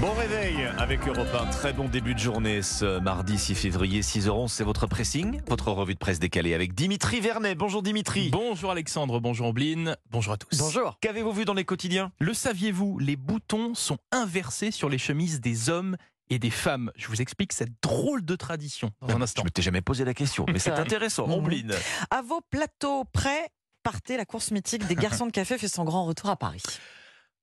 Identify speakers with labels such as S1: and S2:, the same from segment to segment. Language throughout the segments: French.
S1: Bon réveil avec Europe 1. Très bon début de journée ce mardi 6 février, 6h11. C'est votre pressing, votre revue de presse décalée avec Dimitri Vernet. Bonjour Dimitri.
S2: Bonjour Alexandre, bonjour Ambline, bonjour à tous.
S3: Bonjour.
S1: Qu'avez-vous vu dans les quotidiens
S2: Le saviez-vous, les boutons sont inversés sur les chemises des hommes et des femmes. Je vous explique cette drôle de tradition dans un instant.
S1: Je Mmh. ne t'ai jamais posé la question, mais c'est
S3: vrai.
S1: intéressant.
S3: Mhm.
S1: Ombline.
S3: À vos plateaux prêts, partez. La course mythique des garçons de café fait son grand retour à Paris.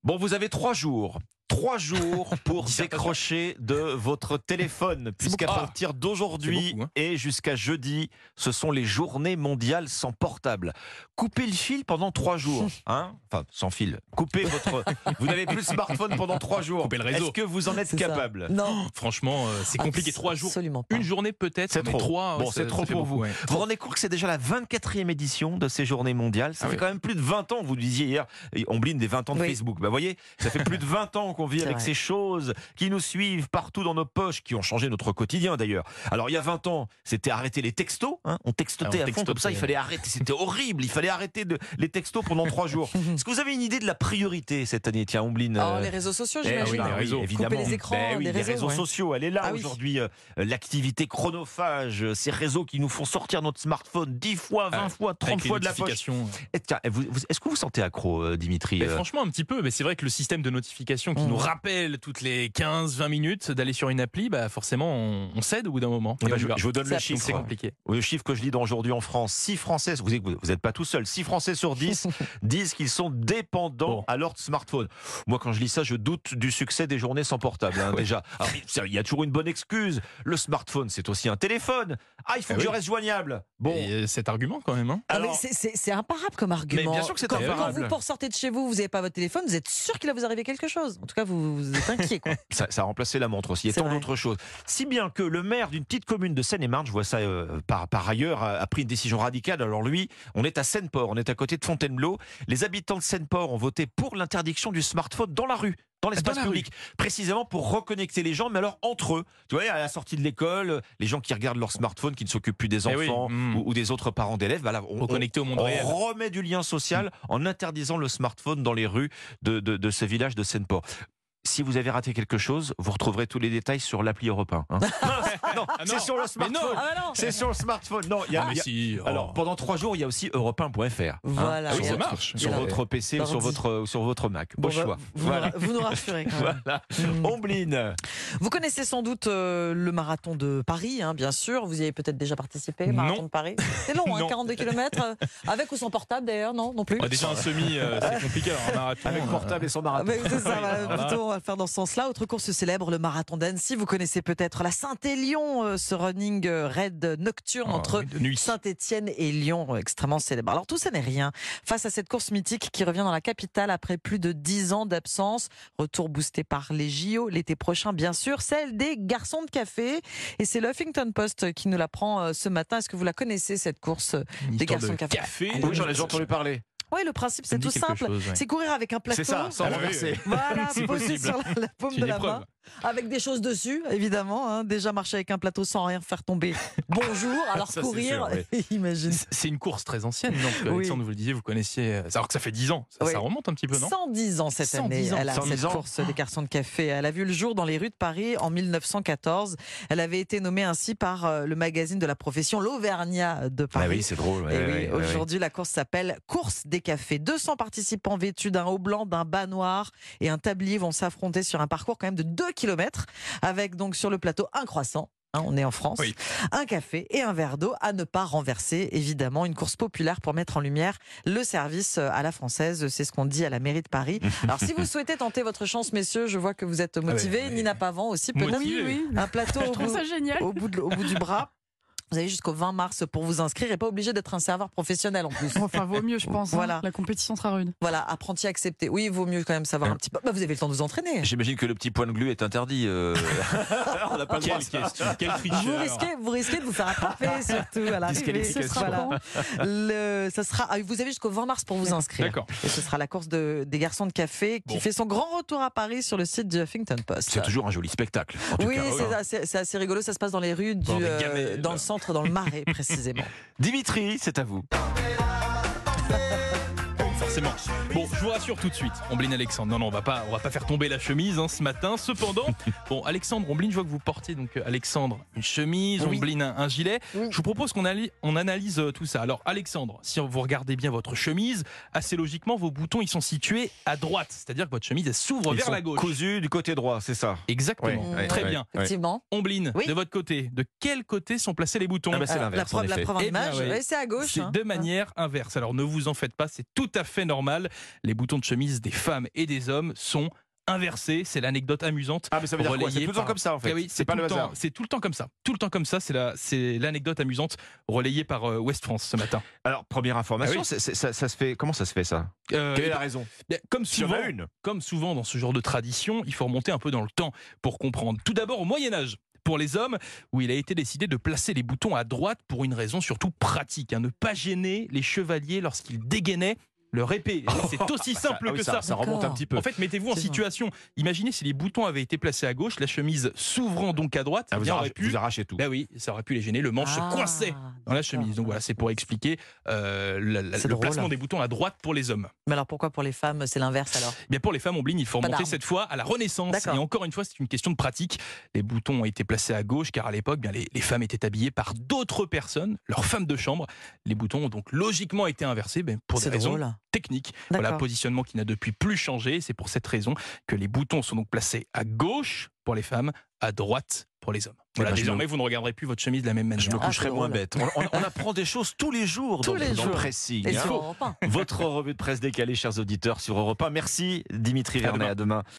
S1: Bon, vous avez trois jours. Trois jours pour décrocher de votre téléphone, puisqu'à
S2: beaucoup. Ah.
S1: partir d'aujourd'hui
S2: C'est beaucoup, hein.
S1: et jusqu'à jeudi, ce sont les journées mondiales sans portable. Coupez le fil pendant trois jours, hein enfin sans fil. Coupez votre, vous n'avez plus de smartphone pendant trois jours.
S2: Coupez le réseau.
S1: Est-ce que vous en êtes
S3: C'est ça.
S1: capable
S3: Non.
S2: Franchement, euh, c'est compliqué. Trois jours,
S3: Absolument pas.
S2: une journée peut-être,
S1: Ah, C'est
S2: mais
S1: trop.
S2: trois.
S1: Bon,
S2: ouais,
S1: c'est
S2: ça-
S1: trop
S2: ça fait
S1: pour
S2: beaucoup,
S1: vous.
S2: ouais.
S1: Vous vous rendez compte que c'est déjà la 24e édition de ces journées mondiales Ça
S2: Ah
S1: fait
S2: oui.
S1: quand même plus de 20 ans, vous le disiez hier, et on blinde des 20 ans de
S3: Oui.
S1: Facebook. Bah voyez, ça fait plus de 20 ans qu'on vit
S3: C'est
S1: avec
S3: vrai.
S1: ces choses qui nous suivent partout dans nos poches, qui ont changé notre quotidien d'ailleurs. Alors il y a 20 ans, c'était arrêter les textos, hein. on textotait
S2: Ah, on
S1: à fond comme ça, il
S2: textotait.
S1: fallait arrêter, c'était horrible, il fallait arrêter de, les textos pendant 3 jours. Est-ce que vous avez une idée de la priorité cette année Tiens, Ombline.
S3: Oh,
S1: euh,
S3: les réseaux sociaux,
S1: eh
S3: j'imagine.
S1: oui,
S2: les
S1: bah oui,
S2: réseaux.
S1: évidemment.
S3: Couper les écrans,
S1: Ben oui,
S3: des
S1: les
S3: réseaux,
S1: réseaux
S3: ouais.
S1: sociaux, elle est là
S3: Ah oui.
S1: aujourd'hui. euh, L'activité chronophage, euh, ces réseaux qui nous font sortir notre smartphone 10 fois, 20
S2: Ah,
S1: fois, 30
S2: Avec les
S1: fois de la poche.
S2: notifications.
S1: Eh, tiens, vous- vous- Est-ce que vous sentez accro, euh, Dimitri
S2: Mais
S1: euh, Mmh.
S2: franchement, un petit peu. Mais c'est vrai que le système de notification qui
S3: Mm.
S2: nous rappelle toutes les 15-20 minutes d'aller sur une appli, bah forcément, on, on cède au bout d'un moment. Et
S1: bah,
S2: on y
S1: je,
S2: va.
S1: je vous donne le
S3: C'est
S2: Donc,
S1: chiffre.
S2: c'est compliqué.
S1: Le chiffre que je lis dans aujourd'hui en France, 6 Français, vous n'êtes vous êtes pas tout seul, 6 Français sur 10 disent qu'ils sont dépendants
S2: Bon.
S1: à leur smartphone. Moi, quand je lis ça, je doute du succès des journées sans portable, hein, déjà. Alors, ça, Il y a toujours une bonne excuse. Le smartphone, c'est aussi un téléphone. Ah, il faut
S2: Eh
S1: que je
S2: oui.
S1: reste joignable. Bon.
S2: Et euh, cet argument quand même. hein.
S3: Ah, mais
S1: Alors-
S3: c'est- c'est c'est imparable comme argument.
S1: bien sûr que c'est
S3: quand, Quand
S1: imparable.
S3: vous pour sortez de chez vous, vous n'avez pas votre téléphone, vous êtes sûr qu'il va vous arriver quelque chose. En tout cas, vous, vous êtes inquiet. Quoi.
S1: Ça, ça a remplacé la montre aussi, et
S3: C'est
S1: tant
S3: vrai.
S1: d'autres choses. Si bien que le maire d'une petite commune de Seine-et-Marne, je vois ça euh, par, par ailleurs, a, a pris une décision radicale. Alors lui, on est à Seine-Port, on est à côté de Fontainebleau. Les habitants de Seine-Port ont voté pour l'interdiction du smartphone dans la rue. Dans l'espace
S2: la
S1: public, précisément pour reconnecter les gens, mais alors entre eux. Tu vois, à la sortie de l'école, euh, les gens qui regardent leur smartphone, qui ne s'occupent plus des
S2: Eh oui,
S1: enfants
S2: mm.
S1: ou, ou des autres parents d'élèves, bah là, on- on-
S2: Reconnecté au monde réel.
S1: on remet du lien social en interdisant le smartphone dans les rues de, de- de ce village de Seine-Port. Si vous avez raté quelque chose, vous retrouverez tous les détails sur l'appli Europe 1, hein. non,
S2: Ah non.
S1: c'est sur le
S2: Mais non.
S1: smartphone.
S3: Ah bah non
S1: C'est sur le smartphone. Non, il y a-
S2: Ah, mais
S1: il y a-
S2: si, oh.
S1: Alors, pendant trois jours, il y a aussi europe 1.fr, hein,
S3: Voilà.
S2: Ah oui,
S3: Et
S2: ça
S3: alors-
S2: marche.
S1: sur
S3: Et alors-
S1: votre PC ou sur
S3: L'ordi.
S1: votre, ou sur votre Mac. Au
S3: Bon, bah,
S1: choix.
S3: Vous,
S1: Voilà.
S3: nous, ra- vous nous rassurez quand même.
S1: Voilà.
S3: Mm.
S1: Ombline.
S3: Vous connaissez sans doute euh, le marathon de Paris, hein, bien sûr. Vous y avez peut-être déjà participé, marathon
S2: Non.
S3: de Paris. C'est long, hein,
S2: Non.
S3: 42 km, avec ou sans portable d'ailleurs, non Non plus
S2: Ah, déjà un semi, euh, c'est compliqué. alors, Un marathon.
S1: Avec
S2: euh,
S1: portable et son
S3: Ah,
S1: marathon.
S3: mais c'est ça,
S2: Oui,
S3: voilà,
S2: alors là-
S3: plutôt, on va faire dans ce sens-là. Autre course célèbre, le marathon d'Annecy. Vous connaissez peut-être la Saint-Élion, euh, ce running euh, raid nocturne
S2: Ah,
S3: entre
S2: oui, de nuit.
S3: Saint-Étienne et Lyon, euh, extrêmement célèbre. Alors tout ça n'est rien face à cette course mythique qui revient dans la capitale après plus de 10 ans d'absence. Retour boosté par les JO l'été prochain, bien sûr. Celle des garçons de café. Et c'est le Huffington Post qui nous la prend euh, ce matin. Est-ce que vous la connaissez, cette course
S2: Une
S3: Des
S2: histoire
S3: garçons
S2: de
S3: café.
S2: café.
S3: Ah,
S1: Oui, j'en ai déjà entendu parler.
S3: Oui, le principe,
S2: Ça
S3: c'est
S2: me
S3: tout
S2: dit quelque
S3: simple.
S2: chose, ouais.
S3: C'est courir avec un plateau.
S1: C'est ça, sans
S2: Ah oui.
S1: renverser.
S3: Voilà,
S2: C'est
S3: posé
S2: possible.
S3: sur la, la paume
S2: C'est
S3: de
S2: une
S3: la
S2: épreuve.
S3: main, avec des choses dessus, évidemment. hein. Déjà marcher avec un plateau sans rien faire tomber. Bonjour, alors
S1: Ça, c'est
S3: courir,
S1: sûr,
S3: imagine.
S2: C'est une course très ancienne, non Parce que
S3: Oui.
S2: Alexandre, vous le disiez, vous connaissiez. euh, Alors que ça fait 10 ans, ça,
S3: Oui.
S2: ça remonte un petit peu, non
S3: 110 ans cette
S2: 110
S3: année,
S2: ans,
S3: elle a
S1: 110
S3: cette
S1: ans.
S3: course des garçons de café. Elle a vu le jour dans les rues de Paris en 1914. Elle avait été nommée ainsi par euh, le magazine de la profession L'Auvergnat de
S2: Ah
S3: Paris.
S1: Ah c'est drôle.
S2: Eh
S3: Et Eh oui, aujourd'hui, la course s'appelle Course des cafés. 200 participants vêtus d'un haut blanc, d'un bas noir et un tablier vont s'affronter sur un parcours quand même de 2 km avec donc sur le plateau un croissant. hein, on est en France.
S2: Oui.
S3: Un café et un verre d'eau à ne pas renverser, évidemment. Une course populaire pour mettre en lumière le service euh, à la française. C'est ce qu'on dit à la mairie de Paris. Alors, si vous souhaitez tenter votre chance, messieurs, je vois que vous êtes motivés.
S2: Ah ouais.
S3: Nina Pavan aussi, peut-être.
S2: Motivée.
S4: Oui, oui.
S3: Un plateau
S4: Je
S3: au
S4: trouve
S3: bout-
S4: ça génial.
S3: au bout, de- au bout du bras. Vous avez jusqu'au 20 mars pour vous inscrire et pas obligé d'être un serveur professionnel en plus.
S4: Enfin, vaut mieux, je pense. hein.
S3: Voilà.
S4: La compétition sera rude.
S3: Voilà, apprenti accepté. Oui, il vaut mieux quand même savoir un petit peu. Bah, vous avez le temps de vous entraîner.
S1: J'imagine que le petit point de glue est interdit. euh. on n'a pas le droit.
S2: Quelle question, quel tricheur
S3: Vous risquez, vous risquez de vous faire attraper surtout à l'arrivée.
S1: Disqualification.
S3: Ce sera
S4: Voilà.
S3: le, ça sera, ah, vous avez jusqu'au 20 mars pour vous inscrire.
S2: D'accord.
S3: Et ce sera la course de, des garçons de café qui
S2: Bon.
S3: fait son grand retour à Paris sur le site du Huffington Post.
S1: C'est toujours un joli spectacle. en tout
S3: oui,
S1: cas.
S3: c'est assez, c'est assez rigolo. Ça se passe dans les rues du,
S2: Dans des
S3: euh,
S2: gamelles.
S3: dans le centre, dans le Marais précisément.
S1: Dimitri, c'est à vous.
S2: forcément. Bon, je vous rassure tout de suite, Omblin Alexandre. Non, non, on va pas, on va pas faire tomber la chemise hein, ce matin. Cependant, bon, Alexandre, Omblin, je vois que vous portez donc euh, Alexandre une chemise,
S3: Oui.
S2: Omblin un, un gilet.
S3: Oui.
S2: Je vous propose qu'on allie- on analyse euh, tout ça. Alors, Alexandre, si vous regardez bien votre chemise, assez logiquement, vos boutons ils sont situés à droite, c'est-à-dire que votre chemise elle s'ouvre
S1: Ils
S2: vers
S1: sont
S2: la gauche.
S1: Cousus du côté droit, c'est ça.
S2: Exactement.
S3: Oui, oui,
S2: Très
S1: oui.
S2: bien.
S3: Effectivement.
S2: Omblin,
S3: Oui.
S2: de votre côté, de quel côté sont placés les boutons
S1: Ah bah, C'est
S3: Euh, la
S1: l'inverse, en
S3: preuve, la
S1: effet.
S3: preuve en
S2: Eh bien,
S3: image,
S2: oui.
S3: ouais, c'est à gauche.
S2: C'est
S3: hein.
S2: de manière inverse. Alors ne vous en faites pas, c'est tout à fait normal. Les boutons de chemise des femmes et des hommes sont inversés. C'est l'anecdote amusante.
S1: Ah, mais ça veut dire quoi
S2: Relayé
S1: C'est tout le temps
S2: par-
S1: comme ça en fait.
S2: Eh oui,
S1: c'est pas
S2: tout
S1: le
S2: temps-
S1: hasard.
S2: C'est tout le temps comme ça. Tout le temps comme ça. C'est la, c'est l'anecdote amusante relayée par euh, West France ce matin.
S1: Alors, première information,
S2: Ah oui.
S1: c'est- c'est- ça, ça se fait. Comment ça se fait ça
S2: Euh,
S1: Quelle est
S2: eh
S1: la raison
S2: ben, comme
S1: S'il y en
S2: souvent,
S1: a une.
S2: comme souvent dans ce genre de tradition, il faut remonter un peu dans le temps pour comprendre. Tout d'abord au Moyen Âge. Pour les hommes, où il a été décidé de placer les boutons à droite pour une raison surtout pratique, hein, ne pas gêner les chevaliers lorsqu'ils dégainaient leur épée. C'est aussi simple
S1: Ah oui,
S2: que Ah,
S1: ça, ça remonte un
S3: D'accord.
S1: petit peu.
S2: En fait, mettez-vous en
S3: C'est vrai.
S2: situation. Imaginez si les boutons avaient été placés à gauche, la chemise s'ouvrant donc à droite,
S1: Ah,
S2: eh
S1: vous,
S2: bien,
S1: arrachez,
S2: aurait pu.
S1: vous arrachez tout.
S2: Bah oui, ça aurait pu les gêner. Le manche
S3: Ah,
S2: se coinçait dans la
S3: d'accord.
S2: chemise. Donc voilà, c'est pour expliquer euh, la- la-
S3: C'est
S2: le
S3: drôle. hein.
S2: placement des boutons à droite pour les hommes.
S3: Mais alors pourquoi pour les femmes, c'est l'inverse alors
S2: Eh Bien pour les femmes, on bligne, il faut
S3: Pas
S2: remonter
S3: d'armes.
S2: cette fois à la Renaissance. Et
S3: D'accord.
S2: encore une fois, c'est une question de pratique. Les boutons ont été placés à gauche car à l'époque, bien, les, les femmes étaient habillées par d'autres personnes, leurs femmes de chambre. Les boutons ont donc logiquement été inversés ben, pour des
S3: C'est
S2: raisons
S3: drôle.
S2: techniques. Voilà,
S3: D'accord.
S2: positionnement qui n'a depuis plus changé. C'est pour cette raison que les boutons sont donc placés à gauche pour les femmes, à droite pour les hommes. Voilà,
S1: ben, je
S2: désormais, vous ne regarderez plus votre chemise de la même manière.
S1: Je me
S3: Ah,
S1: coucherai
S3: c'est
S1: moins
S3: drôle.
S1: bête. hein. On, on- on apprend des choses tous les jours
S3: Tous
S1: dans,
S3: les
S1: dans le
S3: jours.
S1: pressing.
S3: Et
S1: hein.
S3: sur Europe 1.
S1: Votre revue de presse décalée, chers auditeurs, sur Europe 1. Merci Dimitri Vernet. À demain.